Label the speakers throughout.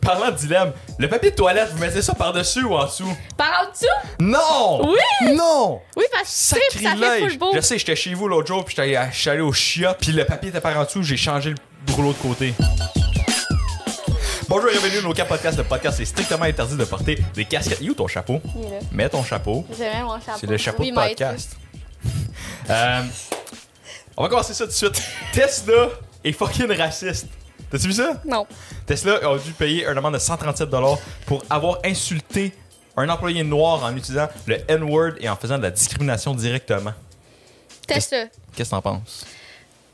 Speaker 1: parlant de dilemme, le papier de toilette, vous mettez ça par-dessus ou en dessous?
Speaker 2: Par en dessous?
Speaker 1: Non!
Speaker 2: Oui!
Speaker 1: Non!
Speaker 2: Oui, parce que tu sais, ça fait
Speaker 1: Sacrilège!
Speaker 2: full beau.
Speaker 1: Je sais, j'étais chez vous l'autre jour, puis j'étais je suis allé au chia, puis le papier était par en dessous, j'ai changé le rouleau de côté. Bonjour et bienvenue dans nos podcasts. Le podcast, c'est strictement interdit de porter des casquettes. You, ton chapeau?
Speaker 2: Il est là.
Speaker 1: Mets ton chapeau.
Speaker 2: J'ai même mon chapeau.
Speaker 1: C'est le chapeau
Speaker 2: Oui,
Speaker 1: de
Speaker 2: maître.
Speaker 1: podcast. Euh, on va commencer ça tout de suite. Tesla est fucking raciste. T'as-tu vu ça?
Speaker 2: Non.
Speaker 1: Tesla a dû payer une amende de 137 pour avoir insulté un employé noir en utilisant le N-word et en faisant de la discrimination directement.
Speaker 2: Tesla.
Speaker 1: Qu'est-ce que t'en penses?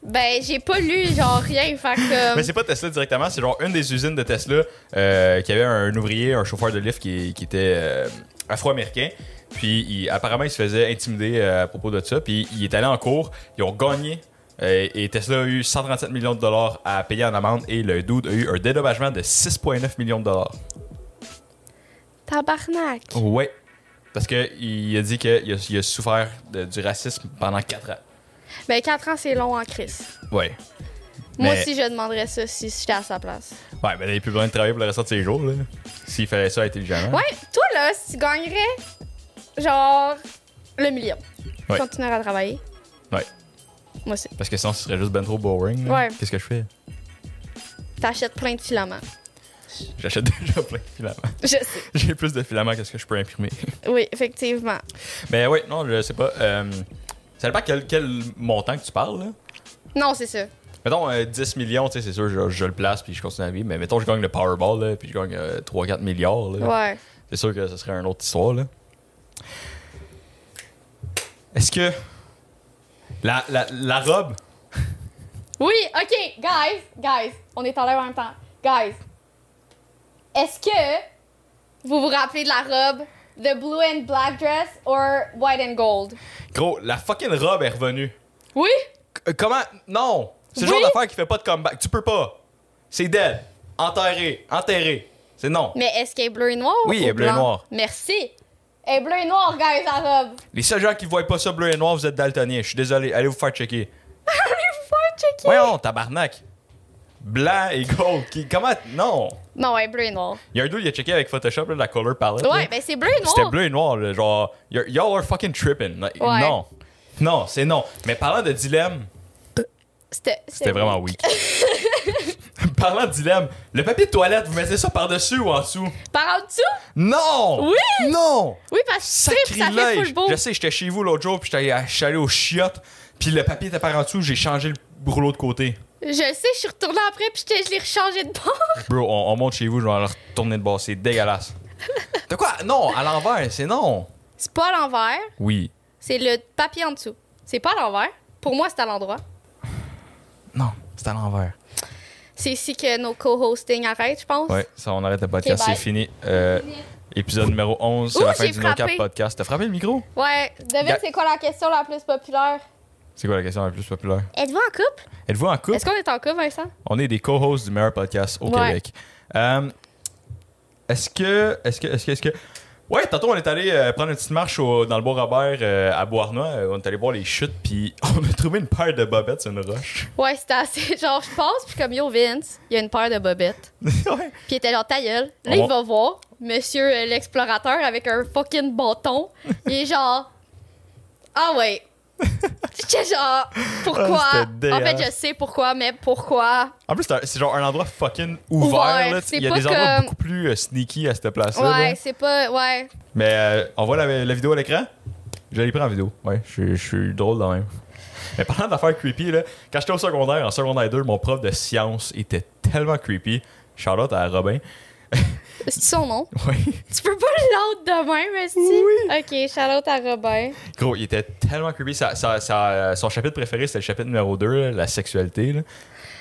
Speaker 2: Ben, j'ai pas lu, genre, rien. Fait que. euh,
Speaker 1: Mais Ben, c'est pas Tesla directement, c'est genre une des usines de Tesla euh, qui avait un ouvrier, un chauffeur de lift qui, qui était euh, afro-américain. Puis il- apparemment, il se faisait intimider euh, à propos de ça. Puis il est allé en cours, ils ont gagné. euh, Et Tesla a eu 137 millions de dollars à payer en amende et le dude a eu un dédommagement de 6,9 millions de dollars.
Speaker 2: Tabarnak.
Speaker 1: Ouais. Parce qu'il a dit qu'il a, il a souffert de- du racisme pendant 4 ans.
Speaker 2: Ben, 4 ans, c'est long en crise.
Speaker 1: Ouais. Mais-
Speaker 2: Moi
Speaker 1: Hein?
Speaker 2: aussi, je demanderais ça si j'étais à sa place.
Speaker 1: Ouais, mais il a plus besoin de travailler pour le restant de ses jours, là. S'il fallait ça intelligemment.
Speaker 2: Ouais, toi, là, si tu gagnerais, genre, le million,
Speaker 1: Ouais.
Speaker 2: tu continuerais à travailler.
Speaker 1: Ouais.
Speaker 2: Moi aussi.
Speaker 1: Parce que sinon, ce serait juste ben trop boring. là.
Speaker 2: Ouais.
Speaker 1: Qu'est-ce que je fais?
Speaker 2: T'achètes plein de filaments.
Speaker 1: J'achète déjà plein de filaments.
Speaker 2: Je sais.
Speaker 1: J'ai plus de filaments que ce que je peux imprimer.
Speaker 2: Oui, effectivement.
Speaker 1: Mais ouais, non, je sais pas. Euh, ça dépend quel, quel montant que tu parles, là.
Speaker 2: Non, c'est ça.
Speaker 1: Mettons euh, 10 millions, tu sais, c'est sûr, je, je le place puis je continue à vivre. Mais mettons, je gagne le Powerball, là, puis je gagne euh, 3-4 milliards, là.
Speaker 2: Ouais.
Speaker 1: C'est sûr que ce serait une autre histoire, là. Est-ce que la, la, la robe...
Speaker 2: Oui, OK, guys, guys, on est en l'air en même temps. Guys, est-ce que vous vous rappelez de la robe The Blue and Black Dress or White and Gold?
Speaker 1: Gros, la fucking robe est revenue.
Speaker 2: Oui?
Speaker 1: C- comment... Non! C'est le
Speaker 2: Oui?
Speaker 1: genre d'affaire qui fait pas de comeback. Tu peux pas. C'est dead. Enterré. Enterré. C'est non.
Speaker 2: Mais est-ce qu'elle est bleue et noire?
Speaker 1: Oui,
Speaker 2: ou
Speaker 1: elle est bleue et
Speaker 2: blanc?
Speaker 1: noire.
Speaker 2: Merci. Elle est bleue et noire, guys, la robe.
Speaker 1: Les seuls gens qui voient pas ça bleu et noir, vous êtes daltoniens. Je suis désolé. Allez vous faire checker.
Speaker 2: Faut checker.
Speaker 1: Voyons, tabarnak. Blanc et gold. Qui... Comment... Non.
Speaker 2: Non, elle est bleue et noire.
Speaker 1: Il y a un dude, il a checké avec Photoshop, là, la color palette. là.
Speaker 2: Ouais, ben c'est bleu et noir.
Speaker 1: C'était bleu et noir, là, genre, y- y'all are fucking tripping. Like,
Speaker 2: Ouais.
Speaker 1: Non. Non, c'est non. Mais parlant de dilemme,
Speaker 2: C'était
Speaker 1: c'était vraiment weak. parlant de dilemme, le papier de toilette, vous mettez ça par-dessus ou en dessous?
Speaker 2: Par en dessous?
Speaker 1: Non!
Speaker 2: Oui!
Speaker 1: Non!
Speaker 2: Oui, parce que tu sais, ça fait full
Speaker 1: Sacrilège!
Speaker 2: beau.
Speaker 1: Je sais, j'étais chez vous l'autre jour, puis j'étais allé- je suis allé au chiottes, puis le papier était par en dessous, j'ai changé le rouleau de côté.
Speaker 2: Je sais, je suis retournée après puis je, je l'ai rechangé de bord.
Speaker 1: Bro, on, on monte chez vous, je vais en retourner de bord, c'est dégueulasse. De quoi? Non, à l'envers, c'est non.
Speaker 2: C'est pas à l'envers.
Speaker 1: Oui.
Speaker 2: C'est le papier en dessous. C'est pas à l'envers. Pour moi, c'est à l'endroit.
Speaker 1: Non, c'est à l'envers.
Speaker 2: C'est ici que nos co-hosting arrêtent, je pense.
Speaker 1: Ouais, ça, on arrête le podcast,
Speaker 2: Ok,
Speaker 1: c'est
Speaker 2: bye.
Speaker 1: fini. Euh, épisode numéro 11, c'est
Speaker 2: Ouh,
Speaker 1: la fin
Speaker 2: j'ai
Speaker 1: du NoCap
Speaker 2: frappé.
Speaker 1: podcast. T'as frappé le micro?
Speaker 2: Ouais. Devine,
Speaker 1: Ga-
Speaker 2: c'est quoi la question la plus populaire?
Speaker 1: C'est quoi la question la plus populaire?
Speaker 2: Êtes-vous en couple?
Speaker 1: Êtes-vous en couple?
Speaker 2: Est-ce qu'on est en couple, Vincent?
Speaker 1: On est des co-hosts du meilleur podcast au
Speaker 2: Ouais.
Speaker 1: Québec. Euh, est-ce que. Est-ce que. Est-ce que. Est-ce que. Ouais, tantôt, on est allé euh, prendre une petite marche au- dans le Beau-Robert euh, à Bois-Arnois. Euh, on est allé voir les chutes, puis on a trouvé une paire de bobettes sur une roche.
Speaker 2: Ouais, c'était assez. Genre, je passe puis comme yo, Vince, il y a une paire de bobettes.
Speaker 1: ouais.
Speaker 2: Puis il était genre ta gueule. Là,
Speaker 1: On
Speaker 2: il va voir Monsieur euh, l'explorateur avec un fucking bâton. Il est genre. Ah ouais. J'étais genre. Pourquoi?
Speaker 1: Ah, c'était
Speaker 2: en fait,
Speaker 1: dégueulasse.
Speaker 2: je sais pourquoi, mais pourquoi?
Speaker 1: En plus, c'est un- c'est genre un endroit fucking ouvert.
Speaker 2: Ouvert,
Speaker 1: là.
Speaker 2: c'est
Speaker 1: Il y a
Speaker 2: pas
Speaker 1: des endroits
Speaker 2: comme-
Speaker 1: beaucoup plus euh, sneaky à cette place-là. là.
Speaker 2: ouais, c'est pas. Ouais.
Speaker 1: Mais euh, on voit la, la vidéo à l'écran? Je l'ai pris en vidéo. Ouais, je, je suis drôle quand même. Mais parlant d'affaires creepy, là, quand j'étais au secondaire, en secondaire 2, mon prof de science était tellement creepy. Charlotte à Robin.
Speaker 2: C'est son nom?
Speaker 1: Oui.
Speaker 2: Tu peux pas l'autre de même, Esti? Oui. Ok, Charlotte à Robin.
Speaker 1: Gros, il était tellement creepy. Sa- sa- sa- euh, son chapitre préféré, c'était le chapitre numéro 2, là, la sexualité. là.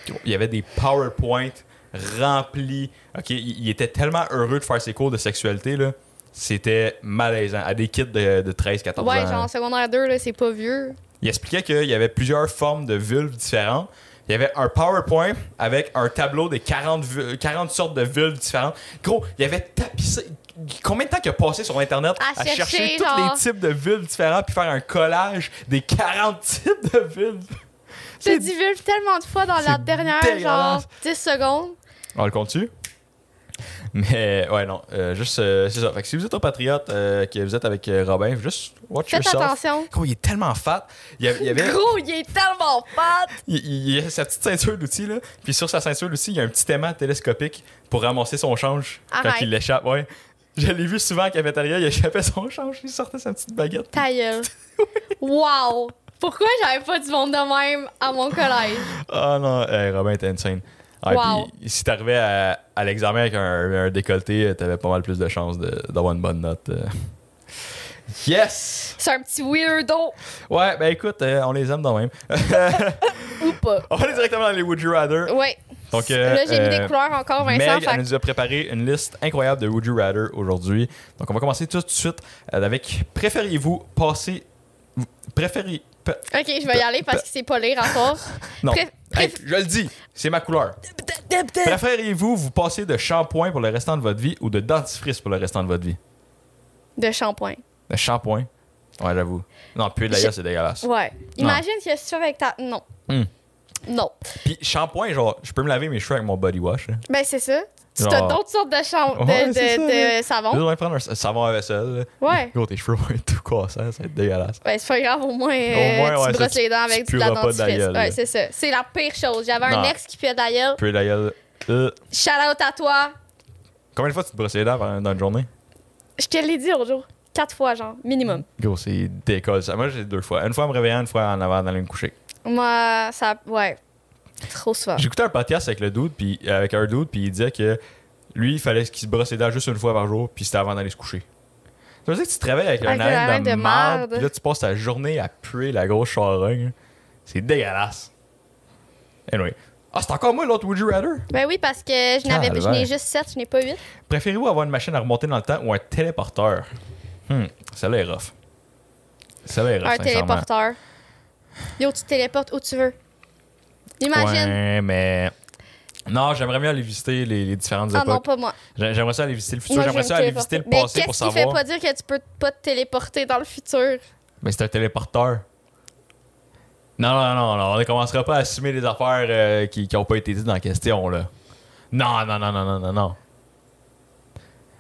Speaker 1: Gros, Il y avait des PowerPoint remplis. Ok, il, il était tellement heureux de faire ses cours de sexualité. là. C'était malaisant. À des kids de, de 13-14 ans.
Speaker 2: Ouais,
Speaker 1: là.
Speaker 2: genre secondaire 2, là, c'est pas vieux.
Speaker 1: Il expliquait qu'il y avait plusieurs formes de vulves différentes. Il y avait un PowerPoint avec un tableau de 40, vu- 40 sortes de vulves différentes. Gros, il y avait tapissé. Combien de temps qu'il a passé sur Internet
Speaker 2: À chercher,
Speaker 1: tous
Speaker 2: genre.
Speaker 1: les types de vulves différents puis faire un collage des 40 types de vulves?
Speaker 2: J'ai dit vulve tellement de fois dans la
Speaker 1: c'est
Speaker 2: dernière, genre
Speaker 1: dégueulasse.
Speaker 2: 10 secondes.
Speaker 1: On le compte-tu? Mais ouais, non. euh, juste, euh, c'est ça. Fait que si vous êtes un patriote, euh, que vous êtes avec euh, Robin, juste watch
Speaker 2: Faites
Speaker 1: yourself.
Speaker 2: attention.
Speaker 1: Gros, il est tellement fat. Il y avait, il y avait-
Speaker 2: Gros, il est tellement fat!
Speaker 1: il- il- il a sa petite ceinture d'outils, là. Puis sur sa ceinture d'outils, il y a un petit aimant télescopique pour ramasser son change
Speaker 2: Arrête.
Speaker 1: quand il l'échappe. Ouais. Je l'ai vu souvent à la cafétéria, il échappait son change, il sortait sa petite baguette.
Speaker 2: Ta gueule. wow! Pourquoi j'avais pas du monde de même à mon collège?
Speaker 1: Ah non, hey, Robin était insane. Ouais,
Speaker 2: Wow.
Speaker 1: puis si t'arrivais à, à l'examen avec un, un décolleté, t'avais pas mal plus de chances de- d'avoir une bonne note. euh. Yes!
Speaker 2: C'est un petit weirdo
Speaker 1: Ouais, ben écoute, euh, on les aime dans même.
Speaker 2: ou pas?
Speaker 1: on va aller directement dans les Would You Rather.
Speaker 2: Ouais.
Speaker 1: Donc, euh,
Speaker 2: là, j'ai mis
Speaker 1: euh,
Speaker 2: des couleurs encore, Vincent.
Speaker 1: Meg,
Speaker 2: fait
Speaker 1: elle nous a préparé une liste incroyable de Would You Rather aujourd'hui. Donc, on va commencer tout de suite euh, avec Préfériez-vous passer. Préférez. pe-
Speaker 2: que- Ok, je vais y aller parce que c'est pas lire encore.
Speaker 1: Non.
Speaker 2: Préf-
Speaker 1: Hey,
Speaker 2: préf-
Speaker 1: je le dis, c'est ma couleur.
Speaker 2: Euh.
Speaker 1: Préférez-vous vous passer de shampoing pour le restant de votre vie ou de dentifrice pour le restant de votre vie
Speaker 2: De shampoing.
Speaker 1: Le shampoing Ouais, j'avoue. Non, puis
Speaker 2: J'ai-
Speaker 1: d'ailleurs, c'est dégueulasse.
Speaker 2: Ouais. Imagine que si tu fais avec ta. Non.
Speaker 1: Hmm.
Speaker 2: Non.
Speaker 1: Puis shampoing, genre, je peux me laver mes cheveux avec mon body wash. hein.
Speaker 2: Ben, c'est ça. Tu
Speaker 1: Genre-
Speaker 2: as d'autres sortes de, cham- de,
Speaker 1: Ouais,
Speaker 2: de-
Speaker 1: c'est ça,
Speaker 2: de
Speaker 1: ouais. J'ai
Speaker 2: savon.
Speaker 1: besoin de prendre un s- savon à vaisselle. là.
Speaker 2: Ouais.
Speaker 1: Gros, tes cheveux vont être tout cassés, ça va être dégueulasse.
Speaker 2: Ben, c'est pas grave, au moins, euh,
Speaker 1: moins, ouais,
Speaker 2: tu
Speaker 1: ça,
Speaker 2: brosses
Speaker 1: tu-
Speaker 2: les dents
Speaker 1: tu
Speaker 2: avec du de la
Speaker 1: pueras pas de la
Speaker 2: dentifrice.
Speaker 1: gueule,
Speaker 2: ouais,
Speaker 1: là.
Speaker 2: c'est ça. C'est la pire chose. J'avais un
Speaker 1: Non.
Speaker 2: ex qui puait de la gueule.
Speaker 1: Puis d'ailleurs, euh,
Speaker 2: Shout out à toi.
Speaker 1: combien de fois tu te brosses les dents pendant- dans une journée
Speaker 2: Je te l'ai dit l'autre jour. Quatre fois, genre, minimum.
Speaker 1: Gros, c'est décolle ça. Moi, j'ai deux fois. Une fois en me réveillant, une fois en avant d'aller me coucher.
Speaker 2: Hmm. Moi, ça. Ouais. Trop souvent.
Speaker 1: J'écoutais un podcast avec le dude, puis euh, avec un dude, puis il disait que lui, il fallait qu'il se brosse les dents juste une fois par jour, puis c'était avant d'aller se coucher. Ça veut dire que tu travailles avec un
Speaker 2: Avec la
Speaker 1: arène de,
Speaker 2: reine de
Speaker 1: merde,
Speaker 2: marde.
Speaker 1: puis là, tu passes ta journée à puer la grosse charogne. C'est dégueulasse. Anyway. Ah, c'est encore moi l'autre Would You Rather?
Speaker 2: Ben oui, parce que je n'avais, je
Speaker 1: Calvaire. Ah,
Speaker 2: n'ai juste 7, je n'ai pas 8.
Speaker 1: Préférez-vous avoir une machine à remonter dans le temps ou un téléporteur? Hmm, celle-là est rough. Celle-là est rough,
Speaker 2: Un
Speaker 1: sincèrement.
Speaker 2: téléporteur. Yo, tu téléportes où tu veux. Imagine.
Speaker 1: Ouais, mais... Non, j'aimerais bien aller visiter les, les différentes
Speaker 2: ah non,
Speaker 1: époques.
Speaker 2: pas moi.
Speaker 1: J'ai- J'aimerais ça aller visiter le futur,
Speaker 2: Moi, je
Speaker 1: j'aimerais
Speaker 2: veux
Speaker 1: ça
Speaker 2: me
Speaker 1: aller visiter le
Speaker 2: téléporter.
Speaker 1: passé
Speaker 2: Mais
Speaker 1: pour
Speaker 2: qu'est-ce qui fait
Speaker 1: savoir.
Speaker 2: pas dire que tu peux pas te téléporter dans le futur?
Speaker 1: Mais c'est un téléporteur. Non, non, non, non, on ne commencera pas à assumer des affaires euh, qui n'ont pas été dites dans la question, là. Non, non, non, non, non, non, non.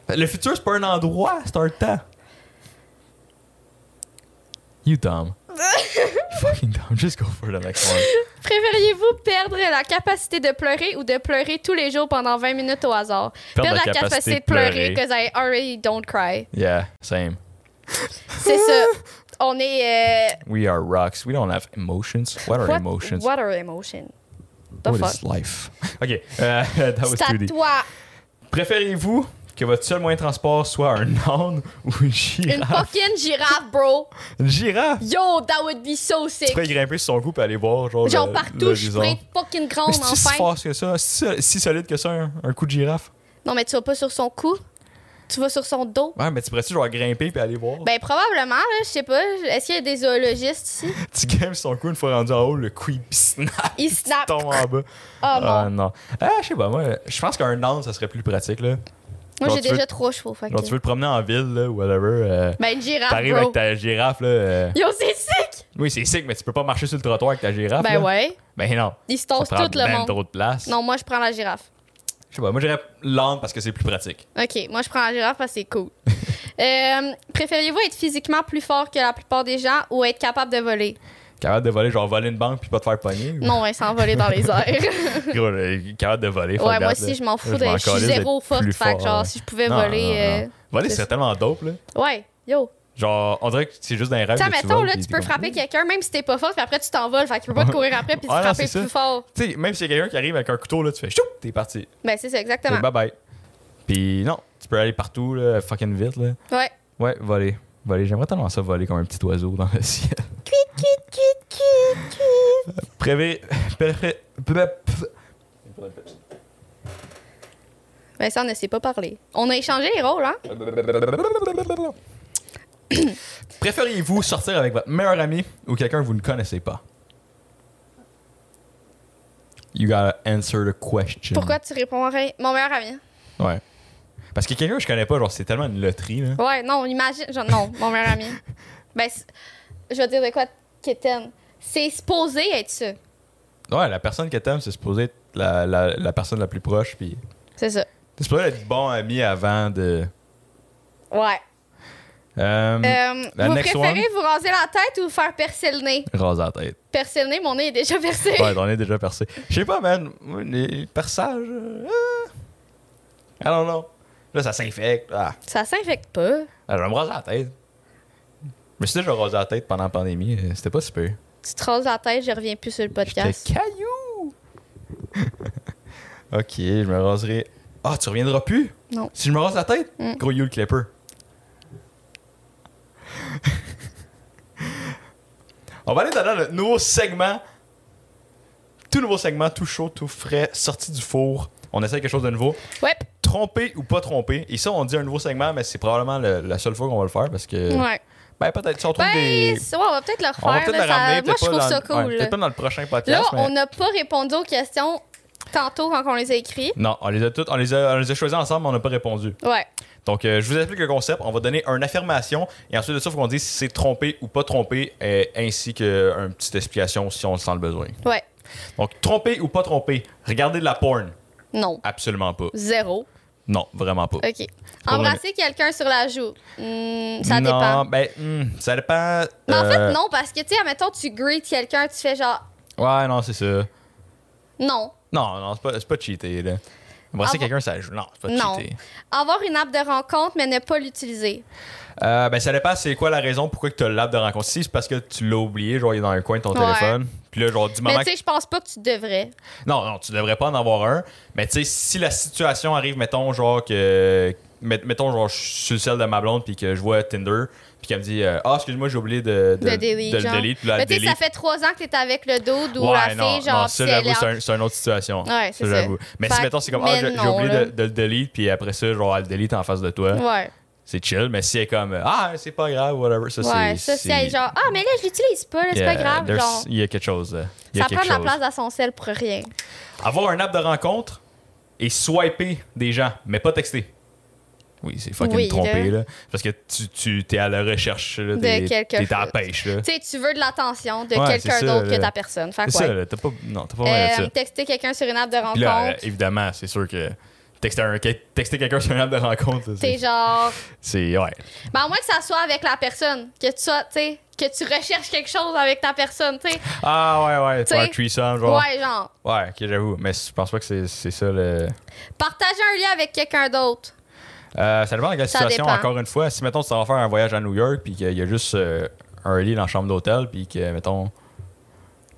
Speaker 1: Le futur, c'est pas un endroit, c'est un temps. You dumb. Fucking dumb. Just go for the next one.
Speaker 2: Préfériez-vous perdre la capacité de pleurer ou de pleurer tous les jours pendant 20 minutes au hasard?
Speaker 1: Perdre la capacité
Speaker 2: capacité
Speaker 1: de pleurer.
Speaker 2: because I already don't cry.
Speaker 1: Yeah, same.
Speaker 2: C'est ça. On est. euh,
Speaker 1: We are rocks. We don't have emotions. What are
Speaker 2: what,
Speaker 1: emotions?
Speaker 2: What are emotions? The
Speaker 1: What
Speaker 2: fuck?
Speaker 1: is life? OK, euh, that was
Speaker 2: C'est à
Speaker 1: 2D.
Speaker 2: toi.
Speaker 1: Préférez-vous que votre seul moyen de transport soit un âne ou une girafe?
Speaker 2: Une fucking girafe, bro.
Speaker 1: Une girafe!
Speaker 2: Yo, that would be so
Speaker 1: Tu
Speaker 2: sick.
Speaker 1: pourrais grimper sur son cou et aller voir genre,
Speaker 2: Genre
Speaker 1: le-
Speaker 2: partout, je
Speaker 1: l'horizon.
Speaker 2: pourrais être fucking
Speaker 1: Mais
Speaker 2: grande,
Speaker 1: c'est-tu si
Speaker 2: enfin.
Speaker 1: fort que ça? Si, si solide que ça, un, un coup de girafe?
Speaker 2: Non, mais tu vas pas sur son cou. Tu vas sur son dos.
Speaker 1: Ouais, mais tu pourrais-tu genre grimper puis aller voir?
Speaker 2: Ben, probablement, là, je sais pas. Est-ce qu'il y a des zoologistes ici?
Speaker 1: Tu grimpes sur son cou une fois rendu en haut, le cou il snap,
Speaker 2: Ils snap.
Speaker 1: tombe en bas.
Speaker 2: Oh
Speaker 1: Ah
Speaker 2: non.
Speaker 1: non. Ah, je sais pas, moi, je pense qu'un âne, ça serait plus pratique, là.
Speaker 2: Moi,
Speaker 1: genre,
Speaker 2: j'ai
Speaker 1: tu veux-
Speaker 2: déjà trois chevaux, fait
Speaker 1: Genre,
Speaker 2: que-
Speaker 1: tu veux te promener en ville, là, whatever. euh,
Speaker 2: Ben, une girafe,
Speaker 1: T'arrives
Speaker 2: bro.
Speaker 1: avec ta girafe, là. euh,
Speaker 2: Yo, c'est sick!
Speaker 1: Oui, c'est sick, mais tu peux pas marcher sur le trottoir avec ta girafe.
Speaker 2: Ben
Speaker 1: là.
Speaker 2: ouais.
Speaker 1: Ben non.
Speaker 2: Ils se
Speaker 1: Ah, Ça
Speaker 2: tossent
Speaker 1: prend
Speaker 2: tout le
Speaker 1: ben
Speaker 2: monde.
Speaker 1: trop de place.
Speaker 2: Non, moi, je prends la girafe.
Speaker 1: Je sais pas, moi j'irais l'âne parce que c'est plus pratique.
Speaker 2: OK, moi, je prends la girafe parce que c'est cool. Euh, Préfériez-vous être physiquement plus fort que la plupart des gens ou être capable de voler?
Speaker 1: Capable de voler, genre voler une banque puis pas te faire pogner. ou-
Speaker 2: Non, Vincent, voler dans les airs.
Speaker 1: Gros, euh, capable de voler. fuck
Speaker 2: Ouais,
Speaker 1: that,
Speaker 2: moi aussi,
Speaker 1: là.
Speaker 2: je m'en fous.
Speaker 1: Je
Speaker 2: De,
Speaker 1: m'en
Speaker 2: je suis
Speaker 1: calisse
Speaker 2: zéro
Speaker 1: d'être
Speaker 2: forte.
Speaker 1: plus
Speaker 2: Fait que
Speaker 1: fort,
Speaker 2: genre,
Speaker 1: ouais.
Speaker 2: si je pouvais
Speaker 1: Non,
Speaker 2: voler.
Speaker 1: non, non.
Speaker 2: euh,
Speaker 1: Voler,
Speaker 2: c'est-
Speaker 1: c'est tellement dope, là.
Speaker 2: Ouais, yo.
Speaker 1: Genre, on dirait que c'est juste dans les rêves.
Speaker 2: T'sais,
Speaker 1: que tu
Speaker 2: mettons,
Speaker 1: voles,
Speaker 2: là,
Speaker 1: puis
Speaker 2: tu
Speaker 1: t'es
Speaker 2: peux
Speaker 1: comme-
Speaker 2: frapper quelqu'un, même si t'es pas fort, puis après, tu t'en vas. Fait qu'il peut pas te courir après, puis te
Speaker 1: Ah, non,
Speaker 2: frapper plus
Speaker 1: c'est ça.
Speaker 2: fort.
Speaker 1: Tu sais, même si y a quelqu'un qui arrive avec un couteau, là, tu fais chou, t'es parti.
Speaker 2: Ben, c'est ça, exactement.
Speaker 1: Bye bye. Puis non, tu peux aller partout, là, fucking vite, là.
Speaker 2: Ouais.
Speaker 1: Ouais, voler. Voler. J'aimerais tellement ça voler comme un petit oiseau dans le ciel. Prévé. Préfé.
Speaker 2: Ben, ça, on ne sait pas parler. On a échangé les rôles, hein?
Speaker 1: Préfériez-vous sortir avec votre meilleur ami ou quelqu'un que vous ne connaissez pas? You gotta answer the question.
Speaker 2: Pourquoi tu réponds à rien? Mon meilleur ami.
Speaker 1: Ouais. Parce que quelqu'un que je connais pas, genre, c'est tellement une loterie, là.
Speaker 2: Ouais, non, imagine. genre, non, mon meilleur ami. Ben, c'est- je vais dire de quoi, Kitten. C'est supposé être ça.
Speaker 1: Ouais, la personne que t'aimes, c'est supposé être la, la, la personne la plus proche, puis
Speaker 2: C'est ça.
Speaker 1: C'est pas être bon ami avant de.
Speaker 2: Ouais.
Speaker 1: Euh,
Speaker 2: Euh,
Speaker 1: La
Speaker 2: vous
Speaker 1: next
Speaker 2: préférez vous raser la tête ou vous faire percer le nez?
Speaker 1: Rase la tête.
Speaker 2: Percer le nez, mon nez est déjà percé.
Speaker 1: Ouais, on est déjà percé. Je sais pas, man. Moi, Les perçages. euh, ah. I don't know. Là, ça s'infecte. Ah.
Speaker 2: Ça s'infecte pas.
Speaker 1: Ah, je vais me raser la tête. Je me suis déjà rasé la tête pendant la pandémie. euh, C'était pas super.
Speaker 2: Tu te rases la tête, je reviens plus sur le
Speaker 1: J'étais
Speaker 2: podcast.
Speaker 1: caillou. ok, je me raserai. Ah, tu reviendras plus?
Speaker 2: Non.
Speaker 1: Si je me rase la tête?
Speaker 2: Mm.
Speaker 1: Gros you le clipper. On va aller dans notre nouveau segment. Tout nouveau segment, tout chaud, tout frais, sorti du four. On essaie quelque chose de nouveau.
Speaker 2: Ouais.
Speaker 1: Tromper ou pas tromper. Et ça, on dit un nouveau segment, mais c'est probablement le- la seule fois qu'on va le faire parce que.
Speaker 2: Ouais.
Speaker 1: Ben, peut-être. Si on trouve
Speaker 2: Ben,
Speaker 1: des.
Speaker 2: c'est- ouais, on va peut-être le refaire.
Speaker 1: On va peut-être
Speaker 2: là,
Speaker 1: le
Speaker 2: ça-
Speaker 1: ramener.
Speaker 2: Moi,
Speaker 1: peut-être
Speaker 2: je
Speaker 1: pas
Speaker 2: trouve
Speaker 1: dans-
Speaker 2: ça cool.
Speaker 1: ouais,
Speaker 2: là.
Speaker 1: peut-être pas dans le prochain
Speaker 2: Là,
Speaker 1: podcast. mais-
Speaker 2: on n'a pas répondu aux questions tantôt quand on les a écrites.
Speaker 1: Non, on les a toutes, on les a, on les a choisis ensemble, mais on n'a pas répondu.
Speaker 2: Ouais.
Speaker 1: Donc, euh, je vous explique le concept. On va donner une affirmation et ensuite de ça, il faut qu'on dise si c'est trompé ou pas trompé, euh, ainsi qu'une petite explication si on sent le besoin.
Speaker 2: Ouais.
Speaker 1: Donc, trompé ou pas trompé, regardez de la porn.
Speaker 2: Non.
Speaker 1: Absolument pas.
Speaker 2: Zéro.
Speaker 1: Non, vraiment pas.
Speaker 2: OK. Embrasser quelqu'un sur la joue. Hmm, ça
Speaker 1: non,
Speaker 2: dépend.
Speaker 1: ben, hmm, ça dépend.
Speaker 2: Mais en
Speaker 1: euh,
Speaker 2: fait, non, parce que, tu sais, admettons, tu greets quelqu'un, tu fais genre.
Speaker 1: euh, Ouais, non, c'est ça.
Speaker 2: Non.
Speaker 1: Non, non, c'est pas, c'est pas cheaté, là. Embrasser
Speaker 2: Ah,
Speaker 1: quelqu'un, ça joue. Non, c'est pas
Speaker 2: Non.
Speaker 1: cheaté.
Speaker 2: Avoir une app de rencontre, mais ne pas l'utiliser.
Speaker 1: Euh, ben, ça dépend, c'est quoi la raison pourquoi que tu l'app de rencontre. Si c'est parce que tu l'as oublié, genre, il est dans un coin de ton
Speaker 2: Ouais.
Speaker 1: téléphone. Puis là, genre, du moment
Speaker 2: Mais tu sais, je pense pas que tu devrais.
Speaker 1: Non, non, tu devrais pas en avoir un. Mais tu sais, si la situation arrive, mettons, genre que. met- Mettons, genre, je suis sur le sel de ma blonde, puis que je vois Tinder, puis qu'elle me dit euh, Ah, excuse-moi, j'ai oublié de, de,
Speaker 2: De delete,
Speaker 1: de le
Speaker 2: genre.
Speaker 1: delete. Puis là,
Speaker 2: Mais
Speaker 1: elle
Speaker 2: tu sais, ça
Speaker 1: delete.
Speaker 2: fait trois ans que t'es avec le dude ou
Speaker 1: ouais,
Speaker 2: la fille,
Speaker 1: non,
Speaker 2: genre.
Speaker 1: non,
Speaker 2: pis
Speaker 1: ça,
Speaker 2: elle
Speaker 1: j'avoue,
Speaker 2: est
Speaker 1: c'est
Speaker 2: en-
Speaker 1: un- c'est une autre situation.
Speaker 2: Ouais, c'est ça.
Speaker 1: j'avoue. Mais si,
Speaker 2: Fait-
Speaker 1: mettons, c'est comme Ah,
Speaker 2: mais
Speaker 1: j'ai j'ai
Speaker 2: non,
Speaker 1: oublié
Speaker 2: là.
Speaker 1: de, de le delete, puis après ça, genre, elle le delete en face de toi.
Speaker 2: Ouais.
Speaker 1: C'est chill. Mais si elle est comme Ah, c'est pas grave, whatever. Ça,
Speaker 2: Ouais,
Speaker 1: c'est.
Speaker 2: ça, c'est elle, genre. Ah, mais là, je l'utilise pas, là, c'est
Speaker 1: Yeah,
Speaker 2: pas grave.
Speaker 1: there's-
Speaker 2: Genre,
Speaker 1: Il y a quelque chose. euh, il y a
Speaker 2: ça
Speaker 1: quelque
Speaker 2: prend de la
Speaker 1: chose.
Speaker 2: place à son sel pour rien.
Speaker 1: Avoir un app de rencontre et swiper des gens, mais pas texter. Oui, c'est fucking
Speaker 2: Oui,
Speaker 1: trompé,
Speaker 2: là.
Speaker 1: là. Parce que tu, tu t'es à la recherche, là.
Speaker 2: De
Speaker 1: t'es-
Speaker 2: quelque
Speaker 1: T'es à la
Speaker 2: chose.
Speaker 1: pêche, là.
Speaker 2: Tu sais, tu veux de l'attention de
Speaker 1: Ouais,
Speaker 2: quelqu'un
Speaker 1: c'est ça,
Speaker 2: d'autre que
Speaker 1: là.
Speaker 2: ta personne. Fait
Speaker 1: C'est
Speaker 2: quoi?
Speaker 1: ça, là. T'as pas. Non, t'as pas mal de
Speaker 2: Euh,
Speaker 1: ça.
Speaker 2: texter quelqu'un sur une app de
Speaker 1: Puis là, euh,
Speaker 2: rencontre.
Speaker 1: évidemment, c'est sûr que texter, un- que- texter quelqu'un sur un app de rencontre, là, c'est.
Speaker 2: T'es genre.
Speaker 1: C'est. Ouais.
Speaker 2: Ben, à moins que ça soit avec la personne, que tu sois, tu sais, que tu recherches quelque chose avec ta personne, tu sais.
Speaker 1: Ah, ouais, ouais. Faire un
Speaker 2: T'sais,
Speaker 1: threesome, genre.
Speaker 2: Ouais, genre.
Speaker 1: Ouais, ok, j'avoue. Mais je pense pas que c'est, c'est ça le.
Speaker 2: Partager un lien avec quelqu'un d'autre.
Speaker 1: Euh, ça dépend de la
Speaker 2: Ça
Speaker 1: situation,
Speaker 2: dépend.
Speaker 1: encore une fois. Si, mettons, tu t'en vas faire un voyage à New York, puis qu'il y a juste euh, un lit dans la chambre d'hôtel, puis que, mettons,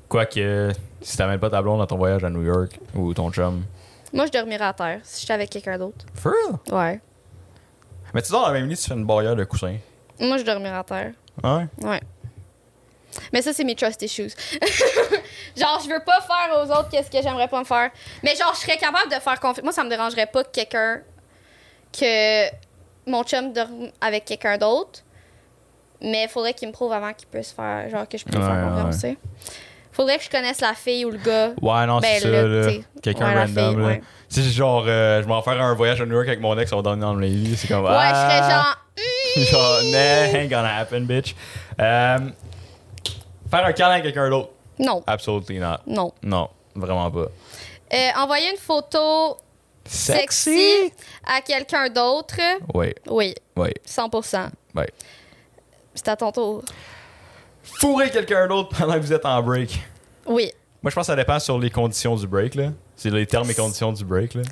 Speaker 1: quoi que, si t'amènes pas ta blonde dans ton voyage à New York, ou ton chum.
Speaker 2: Moi, je dormirais à terre si j'étais avec quelqu'un d'autre.
Speaker 1: For real?
Speaker 2: Ouais.
Speaker 1: Mais tu dors dans la même lit, tu fais une barrière de coussin.
Speaker 2: Moi, je dormirais à terre.
Speaker 1: Ouais.
Speaker 2: Ouais. Mais ça, c'est mes trust issues. genre, je veux pas faire aux autres qu'est-ce que j'aimerais pas me faire. Mais genre, je serais capable de faire confiance. Moi, ça me dérangerait pas que quelqu'un. que mon chum dorme avec quelqu'un d'autre. Mais il faudrait qu'il me prouve avant qu'il puisse faire. genre, que je peux lui
Speaker 1: Ouais,
Speaker 2: faire confiance, tu sais. Faudrait que je connaisse la fille ou le gars.
Speaker 1: Ouais, non,
Speaker 2: Ben,
Speaker 1: c'est
Speaker 2: là,
Speaker 1: ça, là.
Speaker 2: t'sais,
Speaker 1: Quelqu'un
Speaker 2: ouais, la
Speaker 1: random,
Speaker 2: fille,
Speaker 1: là.
Speaker 2: ouais.
Speaker 1: Tu sais, genre, euh, je m'en faire un voyage à New York avec mon ex, on va dormir dans le même lit, c'est comme. Ah!
Speaker 2: Ouais, je serais genre.
Speaker 1: genre, nah, ain't gonna happen, bitch. Euh, faire un câlin à quelqu'un d'autre.
Speaker 2: Non,
Speaker 1: Absolutely not.
Speaker 2: non.
Speaker 1: Non, vraiment pas.
Speaker 2: Euh, envoyer une photo sexy, à quelqu'un d'autre.
Speaker 1: Oui,
Speaker 2: Oui,
Speaker 1: oui,
Speaker 2: 100%.
Speaker 1: oui.
Speaker 2: C'est à ton tour.
Speaker 1: Fourrer quelqu'un d'autre pendant que vous êtes en break.
Speaker 2: Oui.
Speaker 1: Moi, je pense que ça dépend sur les conditions du break, là. C'est les termes et conditions du break, là.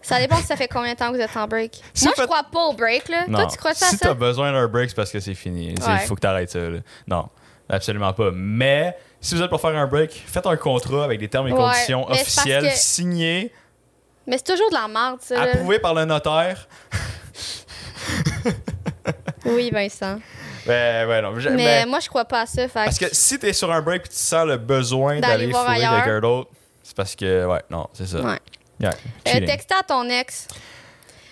Speaker 2: Ça dépend si ça fait combien de temps que vous êtes en break.
Speaker 1: Si
Speaker 2: Moi,
Speaker 1: fait-
Speaker 2: je crois pas au break, là. Toi, tu crois ça
Speaker 1: si
Speaker 2: à ça?
Speaker 1: t'as besoin d'un break, c'est parce que c'est fini. Il
Speaker 2: Ouais.
Speaker 1: faut que t'arrêtes ça, là. Non, absolument pas. Mais, si vous êtes pour faire un break, faites un contrat avec des termes et
Speaker 2: Ouais,
Speaker 1: conditions
Speaker 2: mais c'est parce
Speaker 1: officiels,
Speaker 2: que- Euh.
Speaker 1: signés,
Speaker 2: Mais c'est toujours de la merde, ça. là.
Speaker 1: approuvés par le notaire.
Speaker 2: Oui, Vincent.
Speaker 1: Ben, ouais, non. j'ai-
Speaker 2: Mais,
Speaker 1: ben,
Speaker 2: moi, je crois pas à ça. Fait
Speaker 1: parce que si t'es sur un break et tu sens le besoin
Speaker 2: D'aller
Speaker 1: d'aller
Speaker 2: voir
Speaker 1: fourrer
Speaker 2: ailleurs.
Speaker 1: quelqu'un d'autre, c'est parce que, ouais, non, c'est ça. Ben,
Speaker 2: Ouais.
Speaker 1: Yeah,
Speaker 2: Euh,
Speaker 1: cheating.
Speaker 2: texter à ton ex,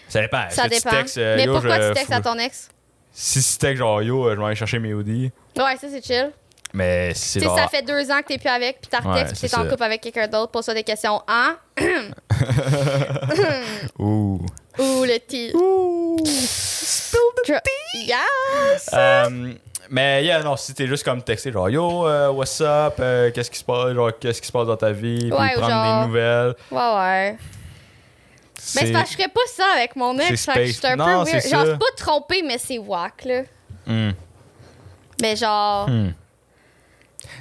Speaker 1: Ça dépend. Est-ce
Speaker 2: ça
Speaker 1: que tu
Speaker 2: dépend.
Speaker 1: textes, euh,
Speaker 2: mais
Speaker 1: yo,
Speaker 2: pourquoi
Speaker 1: je-
Speaker 2: tu textes à ton ex?
Speaker 1: Si tu textes genre yo, euh, je vais aller chercher mes hoodies.
Speaker 2: Ouais, ça, c'est chill.
Speaker 1: Mais si
Speaker 2: Tu
Speaker 1: c'est
Speaker 2: sais,
Speaker 1: genre.
Speaker 2: ça fait deux ans que t'es plus avec, puis t'as
Speaker 1: Ouais,
Speaker 2: retexte, puis
Speaker 1: c'est
Speaker 2: t'es en
Speaker 1: ça.
Speaker 2: couple avec quelqu'un d'autre, pose-toi des questions. Hein?
Speaker 1: Ouh.
Speaker 2: Ou le T.
Speaker 1: Ouh.
Speaker 2: Dr- Yes!
Speaker 1: Euh, mais yeah, non, si t'es juste comme texter genre yo, euh, what's up, euh, qu'est-ce qui se passe, genre qu'est-ce qui se passe dans ta vie, puis
Speaker 2: Ouais, ou
Speaker 1: prendre
Speaker 2: genre-
Speaker 1: des nouvelles.
Speaker 2: Ouais, ouais. Mais c'est
Speaker 1: C'est-
Speaker 2: parce que je ferais pas ça avec mon ex.
Speaker 1: C'est space.
Speaker 2: fait que Je suis un
Speaker 1: Non,
Speaker 2: peu
Speaker 1: c'est
Speaker 2: weird. Genre,
Speaker 1: ça.
Speaker 2: c'est pas trompé, mais c'est whack, là.
Speaker 1: Hmm.
Speaker 2: Mais genre.
Speaker 1: Hmm.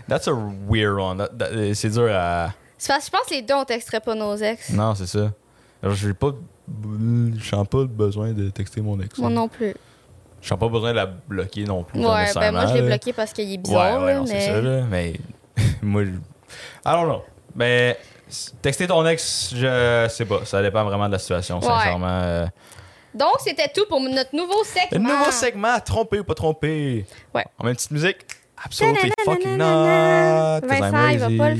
Speaker 1: That's a weird one. That- that- euh, c'est dur à.
Speaker 2: C'est parce que je pense que les deux, on texterait pas nos ex.
Speaker 1: Non, c'est ça. Alors, j'ai pas. Je sens pas le besoin de texter mon ex.
Speaker 2: Moi non plus.
Speaker 1: Je sens pas besoin de la bloquer non plus.
Speaker 2: ouais, ben
Speaker 1: nécessairement,
Speaker 2: moi, je l'ai
Speaker 1: là.
Speaker 2: bloqué parce qu'il est bizarre,
Speaker 1: ouais, ouais,
Speaker 2: là,
Speaker 1: non,
Speaker 2: mais.
Speaker 1: c'est ça, là. Mais. moi, je. Alors, non. Mais. s- Texter ton ex, je sais pas. Ça dépend vraiment de la situation,
Speaker 2: Ouais.
Speaker 1: sincèrement. euh.
Speaker 2: Donc, c'était tout pour notre nouveau
Speaker 1: Le
Speaker 2: segment.
Speaker 1: nouveau segment, trompé ou pas trompé.
Speaker 2: Ah. Ouais.
Speaker 1: On met une petite musique. Absolutely fucking
Speaker 2: Nananana.
Speaker 1: not. 'cause I'm
Speaker 2: Vincent, il va
Speaker 1: lazy.
Speaker 2: pas le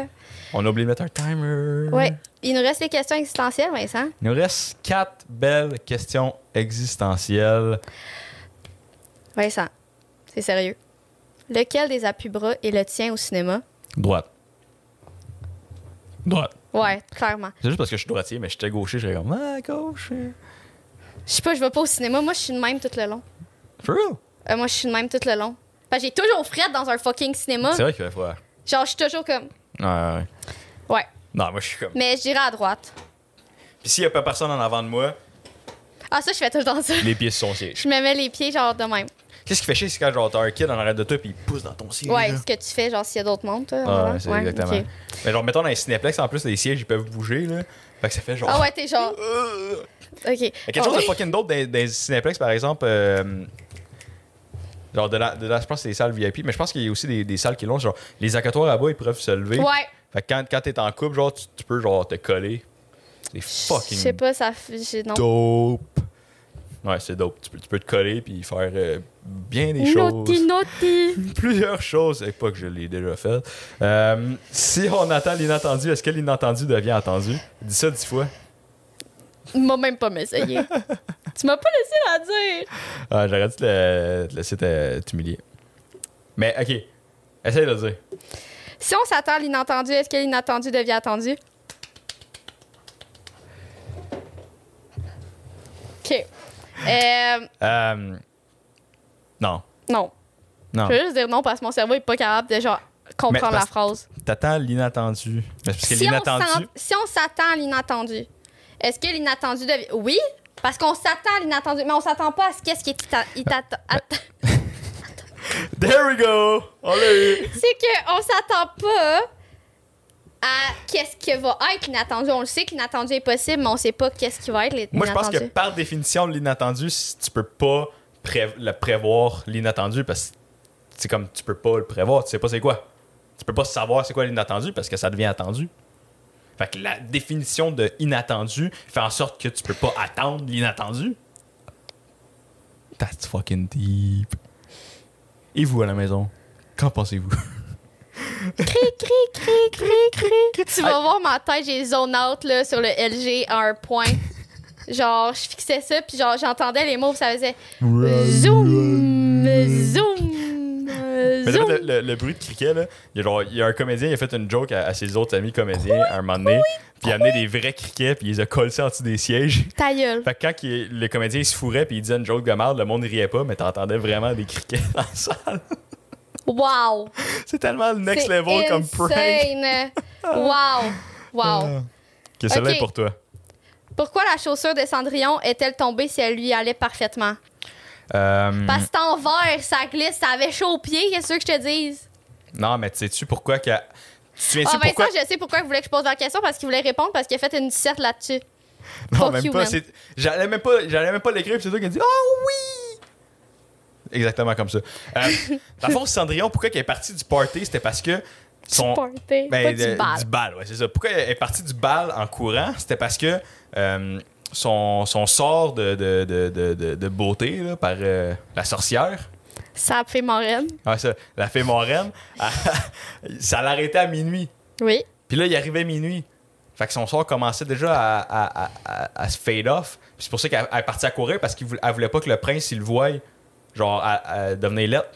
Speaker 2: faire.
Speaker 1: On a oublié de mettre un timer.
Speaker 2: Ouais. Il nous reste les questions existentielles, Vincent.
Speaker 1: Il nous reste quatre belles questions existentielles.
Speaker 2: Vincent, c'est sérieux. Lequel des appuis-bras est le tien au cinéma?
Speaker 1: Droite. Droite.
Speaker 2: Ouais, clairement.
Speaker 1: C'est juste parce que je suis droitier, mais j'étais gaucher, j'étais comme Ah, gauche.
Speaker 2: Je sais pas, je vais pas au cinéma. Moi, je suis de même tout le long.
Speaker 1: For real?
Speaker 2: Euh, moi, je suis de même tout le long. Fait que j'ai toujours frette dans un fucking cinéma.
Speaker 1: C'est vrai qu'il fait froid.
Speaker 2: Genre, je suis toujours comme.
Speaker 1: Ouais, ouais, ouais.
Speaker 2: Ouais.
Speaker 1: Non, moi je suis comme.
Speaker 2: Mais je dirais à droite.
Speaker 1: Puis s'il y a pas personne en avant de moi,
Speaker 2: Ah, ça, je fais tout le temps ça.
Speaker 1: les pieds sont sièges.
Speaker 2: Je me mets les pieds, genre, de même.
Speaker 1: Qu'est-ce qui fait chier, c'est quand genre t'as un kid en arrière de toi, puis il pousse dans ton siège.
Speaker 2: Ouais,
Speaker 1: là.
Speaker 2: ce que tu fais, genre, s'il y a d'autres mondes, toi. en
Speaker 1: Ah,
Speaker 2: avant.
Speaker 1: ouais, c'est
Speaker 2: Ouais,
Speaker 1: exactement.
Speaker 2: ok.
Speaker 1: Mais genre, mettons dans les cinéplex, en plus, les sièges, ils peuvent bouger, là. Fait que ça fait genre.
Speaker 2: Ah ouais, t'es genre.
Speaker 1: Euh,
Speaker 2: Ok.
Speaker 1: Mais quelque
Speaker 2: Ah
Speaker 1: chose de
Speaker 2: oui.
Speaker 1: fucking d'autre dans, dans les cinéplex, par exemple. euh, genre, de là, de là, je pense que c'est les salles VIP, mais je pense qu'il y a aussi des, des salles qui l'ont. Genre, les accatoirs à bas, ils peuvent se lever.
Speaker 2: Ouais.
Speaker 1: Fait que quand, quand t'es en couple, genre, tu, tu peux, genre, te coller. C'est
Speaker 2: Je sais
Speaker 1: fucking
Speaker 2: pas, ça. f- j'ai- Non.
Speaker 1: dope. Oh. Ouais, c'est dope. Tu peux, tu peux te coller puis faire euh, bien des
Speaker 2: Naughty,
Speaker 1: choses.
Speaker 2: naughty.
Speaker 1: Plusieurs choses. Et pas que je l'ai déjà fait. Euh, si on attend l'inattendu, est-ce que l'inattendu devient entendu? Dis ça dix fois.
Speaker 2: Il m'a même pas m'essayer. tu m'as pas laissé la dire.
Speaker 1: Ah, J'aurais dû te, le- te laisser te- t'humilier. Mais ok, essaye de le dire.
Speaker 2: Si on s'attend à l'inattendu, est-ce que l'inattendu devient attendu? OK. Euh,
Speaker 1: Euh, non,
Speaker 2: non.
Speaker 1: non.
Speaker 2: Je vais juste dire non parce que mon cerveau est pas capable de genre
Speaker 1: Ah.
Speaker 2: comprendre
Speaker 1: Mais
Speaker 2: la
Speaker 1: parce-
Speaker 2: phrase.
Speaker 1: T'attends l'inattendu. Mais Parce que
Speaker 2: Si on
Speaker 1: l'inattendu.
Speaker 2: s'en- si on s'attend à l'inattendu, est-ce que l'inattendu devient... Oui, parce qu'on s'attend à l'inattendu, mais on s'attend pas à ce qu'est-ce qui est ita- itata- at-
Speaker 1: There we go! On l'a eu!
Speaker 2: C'est qu'on s'attend pas à qu'est-ce que va être l'inattendu. On le sait que l'inattendu est possible, mais on sait pas qu'est-ce qui va être l'inattendu.
Speaker 1: Moi, je pense que par définition, l'inattendu, si tu peux pas pré- le prévoir l'inattendu parce que c'est comme tu peux pas le prévoir, tu sais pas c'est quoi. Tu peux pas savoir c'est quoi l'inattendu parce que ça devient attendu. Fait que la définition de inattendu fait en sorte que tu peux pas attendre l'inattendu. That's fucking deep. Et vous à la maison, qu'en pensez-vous?
Speaker 2: Tu vas voir ma tête, j'ai zone out là, sur le LG à un point. genre, je fixais ça, puis genre, j'entendais les mots, puis ça faisait zoom, zoom,
Speaker 1: Mais
Speaker 2: zoom.
Speaker 1: t'as fait le, le- le bruit de criquet, là, il y, a genre- il y a un comédien, il a fait une joke à, à ses autres amis comédiens à un moment donné, puis il a amené des vrais criquets, puis il les a collés en dessous des sièges.
Speaker 2: Ta gueule.
Speaker 1: Fait que quand il- le comédien il se fourrait, puis il disait une joke de merde, le monde riait pas, mais t'entendais vraiment des criquets dans la salle.
Speaker 2: Wow.
Speaker 1: C'est tellement le next
Speaker 2: C'est
Speaker 1: level comme prank. Euh.
Speaker 2: insane. wow. Wow.
Speaker 1: Que celle-là
Speaker 2: Ok.
Speaker 1: est pour toi.
Speaker 2: Pourquoi la chaussure de Cendrillon est-elle tombée si elle lui allait parfaitement?
Speaker 1: Hmm. Euh,
Speaker 2: Parce que c'est en verre, ça glisse, ça avait chaud aux pieds, qu'est-ce que je te dise?
Speaker 1: Non, mais sais-tu pourquoi qu'elle- Tu te
Speaker 2: Ah,
Speaker 1: souviens-tu
Speaker 2: Vincent,
Speaker 1: pourquoi?
Speaker 2: je sais pourquoi il voulait que je pose la question, parce qu'il voulait répondre, parce qu'il a fait une disserte là-dessus.
Speaker 1: Non,
Speaker 2: Fuck
Speaker 1: même
Speaker 2: you,
Speaker 1: pas.
Speaker 2: man.
Speaker 1: c'est- J'allais même pas, j'allais même pas l'écrire, puis c'est toi qui as dit Oh oui! Exactement comme ça. Euh, dans le fond, Cendrillon, pourquoi qu'elle est partie du party, c'était parce que son.
Speaker 2: Du party,
Speaker 1: Ben,
Speaker 2: pas du
Speaker 1: euh,
Speaker 2: bal.
Speaker 1: Du bal, ouais, c'est ça. Pourquoi elle est partie du bal en courant, c'était parce que euh, son, son sort de, de, de, de, de- de beauté là, par euh, la sorcière.
Speaker 2: Ça a pris Morène.
Speaker 1: Ouais, ça, la fée moraine, ça l'arrêtait à minuit.
Speaker 2: Oui.
Speaker 1: Puis là, il arrivait minuit. Fait que son sort commençait déjà à, à- à- à- à se fade off. Puis c'est pour ça qu'elle elle est partie à courir parce qu'elle voulait, elle voulait pas que le prince, il le voie, genre, à, à devenir lettre.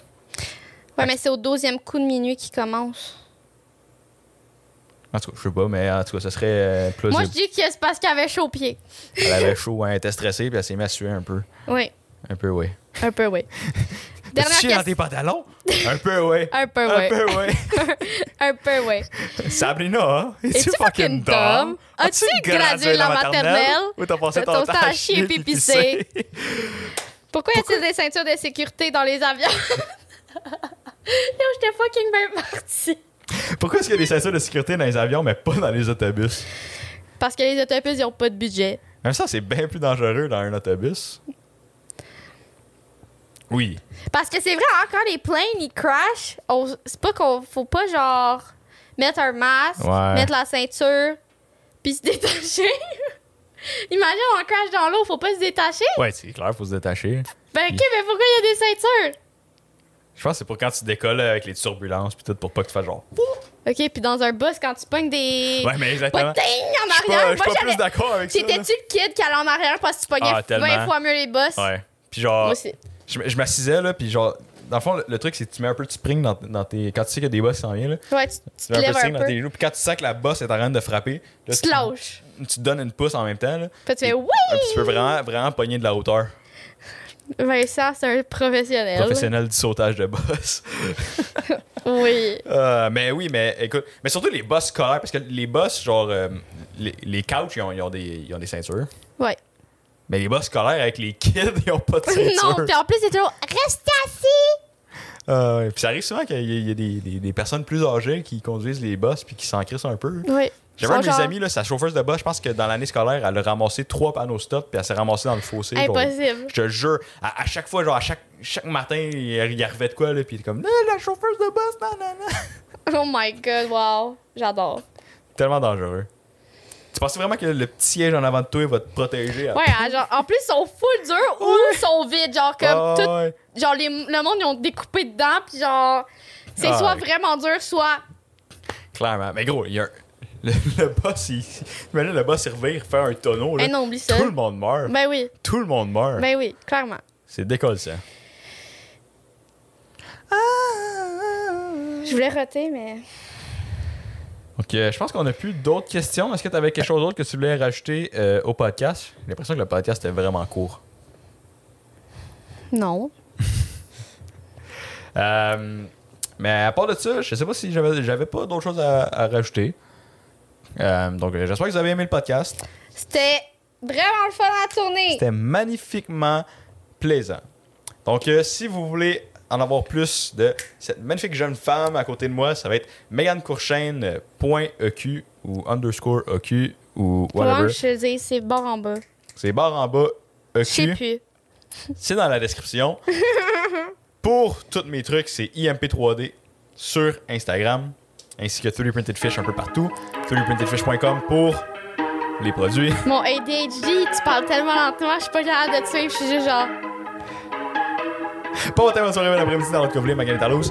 Speaker 2: Ouais, mais c'est au deuxième coup de minuit qui commence.
Speaker 1: En tout cas, je sais pas, mais en tout cas, ça serait euh, plausible.
Speaker 2: Moi, je dis que c'est parce qu'il avait chaud aux pieds.
Speaker 1: Elle avait chaud, hein, elle était stressée, puis elle s'est mise à suer un peu.
Speaker 2: Oui,
Speaker 1: Un peu, oui.
Speaker 2: un peu, oui.
Speaker 1: T'as
Speaker 2: Dernière
Speaker 1: chié dans
Speaker 2: question.
Speaker 1: tes pantalons? Un peu, oui.
Speaker 2: Un peu, ouais.
Speaker 1: Un peu, ouais.
Speaker 2: Un peu, oui.
Speaker 1: Sabrina,
Speaker 2: hein? Es-tu fucking dumb? As-tu gradué de la maternelle?
Speaker 1: Ou t'as passé
Speaker 2: T'as
Speaker 1: ton temps à chier
Speaker 2: puis
Speaker 1: puis
Speaker 2: pisser?
Speaker 1: pisser?
Speaker 2: Pourquoi y a-t-il des ceintures de sécurité dans les avions? Yo, j'étais fucking bien partie.
Speaker 1: Pourquoi est-ce qu'il y a des ceintures de sécurité dans les avions, mais pas dans les autobus?
Speaker 2: Parce que les autobus, ils ont pas de budget.
Speaker 1: Même ça, c'est bien plus dangereux dans un autobus. Oui.
Speaker 2: Parce que c'est vrai, hein, quand les planes, ils crashent, on- c'est pas qu'on... Faut pas, genre, mettre un masque,
Speaker 1: Ouais.
Speaker 2: mettre la ceinture, puis se détacher. Imagine, on crash dans l'eau, faut pas se détacher.
Speaker 1: Ouais, c'est clair, faut se détacher.
Speaker 2: Ben, OK, mais pourquoi il y a des ceintures?
Speaker 1: Je pense que c'est pour quand tu décolles avec les turbulences puis tout pour pas que tu fasses genre.
Speaker 2: OK, puis dans un bus, quand tu pognes des...
Speaker 1: Ouais, mais
Speaker 2: Pas
Speaker 1: exactement.
Speaker 2: de ting en
Speaker 1: Je suis
Speaker 2: arrière.
Speaker 1: pas, je suis
Speaker 2: Moi,
Speaker 1: pas plus
Speaker 2: j'avais-
Speaker 1: d'accord avec ça. là.
Speaker 2: T'étais-tu le kid qui allait en arrière parce que tu pognais
Speaker 1: Ah, tellement.
Speaker 2: 20 fois mieux les bus?
Speaker 1: Ouais. Puis
Speaker 2: Moi
Speaker 1: genre,
Speaker 2: aussi.
Speaker 1: je, m- je m'assisais là, puis genre, dans le fond, le, le truc c'est que tu mets un peu de spring dans, dans tes. Quand tu sais qu'il y a des bosses qui s'en viennent, là,
Speaker 2: Ouais, tu, tu
Speaker 1: tu
Speaker 2: te
Speaker 1: mets un peu
Speaker 2: lèves
Speaker 1: de
Speaker 2: un
Speaker 1: spring dans
Speaker 2: peu.
Speaker 1: tes genoux, puis quand tu sens que la bosse est en train de frapper, là,
Speaker 2: Tu te lâches.
Speaker 1: tu, tu te donnes une pouce en même temps, là.
Speaker 2: Puis tu fais
Speaker 1: Et-
Speaker 2: oui!
Speaker 1: un petit peu vraiment, vraiment pogner de la hauteur.
Speaker 2: Vincent, c'est un professionnel.
Speaker 1: Professionnel du sautage de boss.
Speaker 2: Oui.
Speaker 1: Euh, mais oui, mais écoute, mais surtout les boss scolaires, parce que les boss, genre, euh, les, les couchs, ils ont, ils ont des, ils ont des ceintures.
Speaker 2: Ouais.
Speaker 1: Mais les boss scolaires avec les kids, ils ont pas de
Speaker 2: non,
Speaker 1: ceinture.
Speaker 2: puis en plus, c'est toujours reste assis!
Speaker 1: Euh, ouais. puis ça arrive souvent qu'il y ait- il y ait des, des- des personnes plus âgées qui conduisent les boss puis qui s'en crissent un peu.
Speaker 2: Oui.
Speaker 1: J'avais un de
Speaker 2: Son
Speaker 1: mes
Speaker 2: genre,
Speaker 1: amis, là, sa chauffeuse de boss, je pense que dans l'année scolaire, elle a ramassé trois panneaux stop puis elle s'est ramassée dans le fossé. genre.
Speaker 2: Impossible.
Speaker 1: Je te jure, à, à chaque fois, genre, à chaque, chaque matin, il, il arrivait de quoi, là, puis il était comme, non, la chauffeuse de boss, non, non, non.
Speaker 2: Oh my god, wow. J'adore.
Speaker 1: Tellement dangereux. Tu penses vraiment que le petit siège en avant de toi va te protéger? à-
Speaker 2: Ouais, hein, genre, en plus, ils sont full durs ou ils sont vides. Genre, comme
Speaker 1: Ah,
Speaker 2: tout.
Speaker 1: ouais.
Speaker 2: Genre, les- le monde, ils ont découpé dedans, puis genre, c'est
Speaker 1: Ah,
Speaker 2: soit
Speaker 1: ouais.
Speaker 2: vraiment dur, soit.
Speaker 1: Clairement. Mais gros, il y a un- le, le boss, il. Imagine le boss, il revient, il fait un tonneau, là.
Speaker 2: Eh non, oublie ça.
Speaker 1: Tout le monde meurt.
Speaker 2: Ben oui,
Speaker 1: Tout le monde meurt.
Speaker 2: ben oui, clairement.
Speaker 1: C'est décolle, ça.
Speaker 2: Ah! Je voulais roter, mais.
Speaker 1: Ok, je pense qu'on a plus d'autres questions. Est-ce que tu avais quelque chose d'autre que tu voulais rajouter euh, au podcast? J'ai l'impression que le podcast était vraiment court.
Speaker 2: Non.
Speaker 1: Euh, mais à part de ça, je sais pas si j'avais j'avais pas d'autres choses à, à rajouter. Euh, donc, euh, j'espère que vous avez aimé le podcast.
Speaker 2: C'était vraiment le fun à tourner.
Speaker 1: C'était magnifiquement plaisant. Donc, euh, si vous voulez en avoir plus de cette magnifique jeune femme à côté de moi, ça va être megancourchaine.eq ou underscore EQ ou
Speaker 2: Comment
Speaker 1: whatever.
Speaker 2: je te dis, c'est barre en bas.
Speaker 1: C'est barre en bas E
Speaker 2: Je sais
Speaker 1: EQ.
Speaker 2: plus.
Speaker 1: C'est dans la description. Pour tous mes trucs, c'est IMP3D sur Instagram, ainsi que 3D Printed Fish un peu partout. 3DPrintedFish.com pour les produits.
Speaker 2: Mon ADHD, tu parles tellement lentement, je suis pas capable de te suivre, je suis juste genre.
Speaker 1: Pas autant bonne soirée, bon après-midi dans votre couvlet, Magali Talos.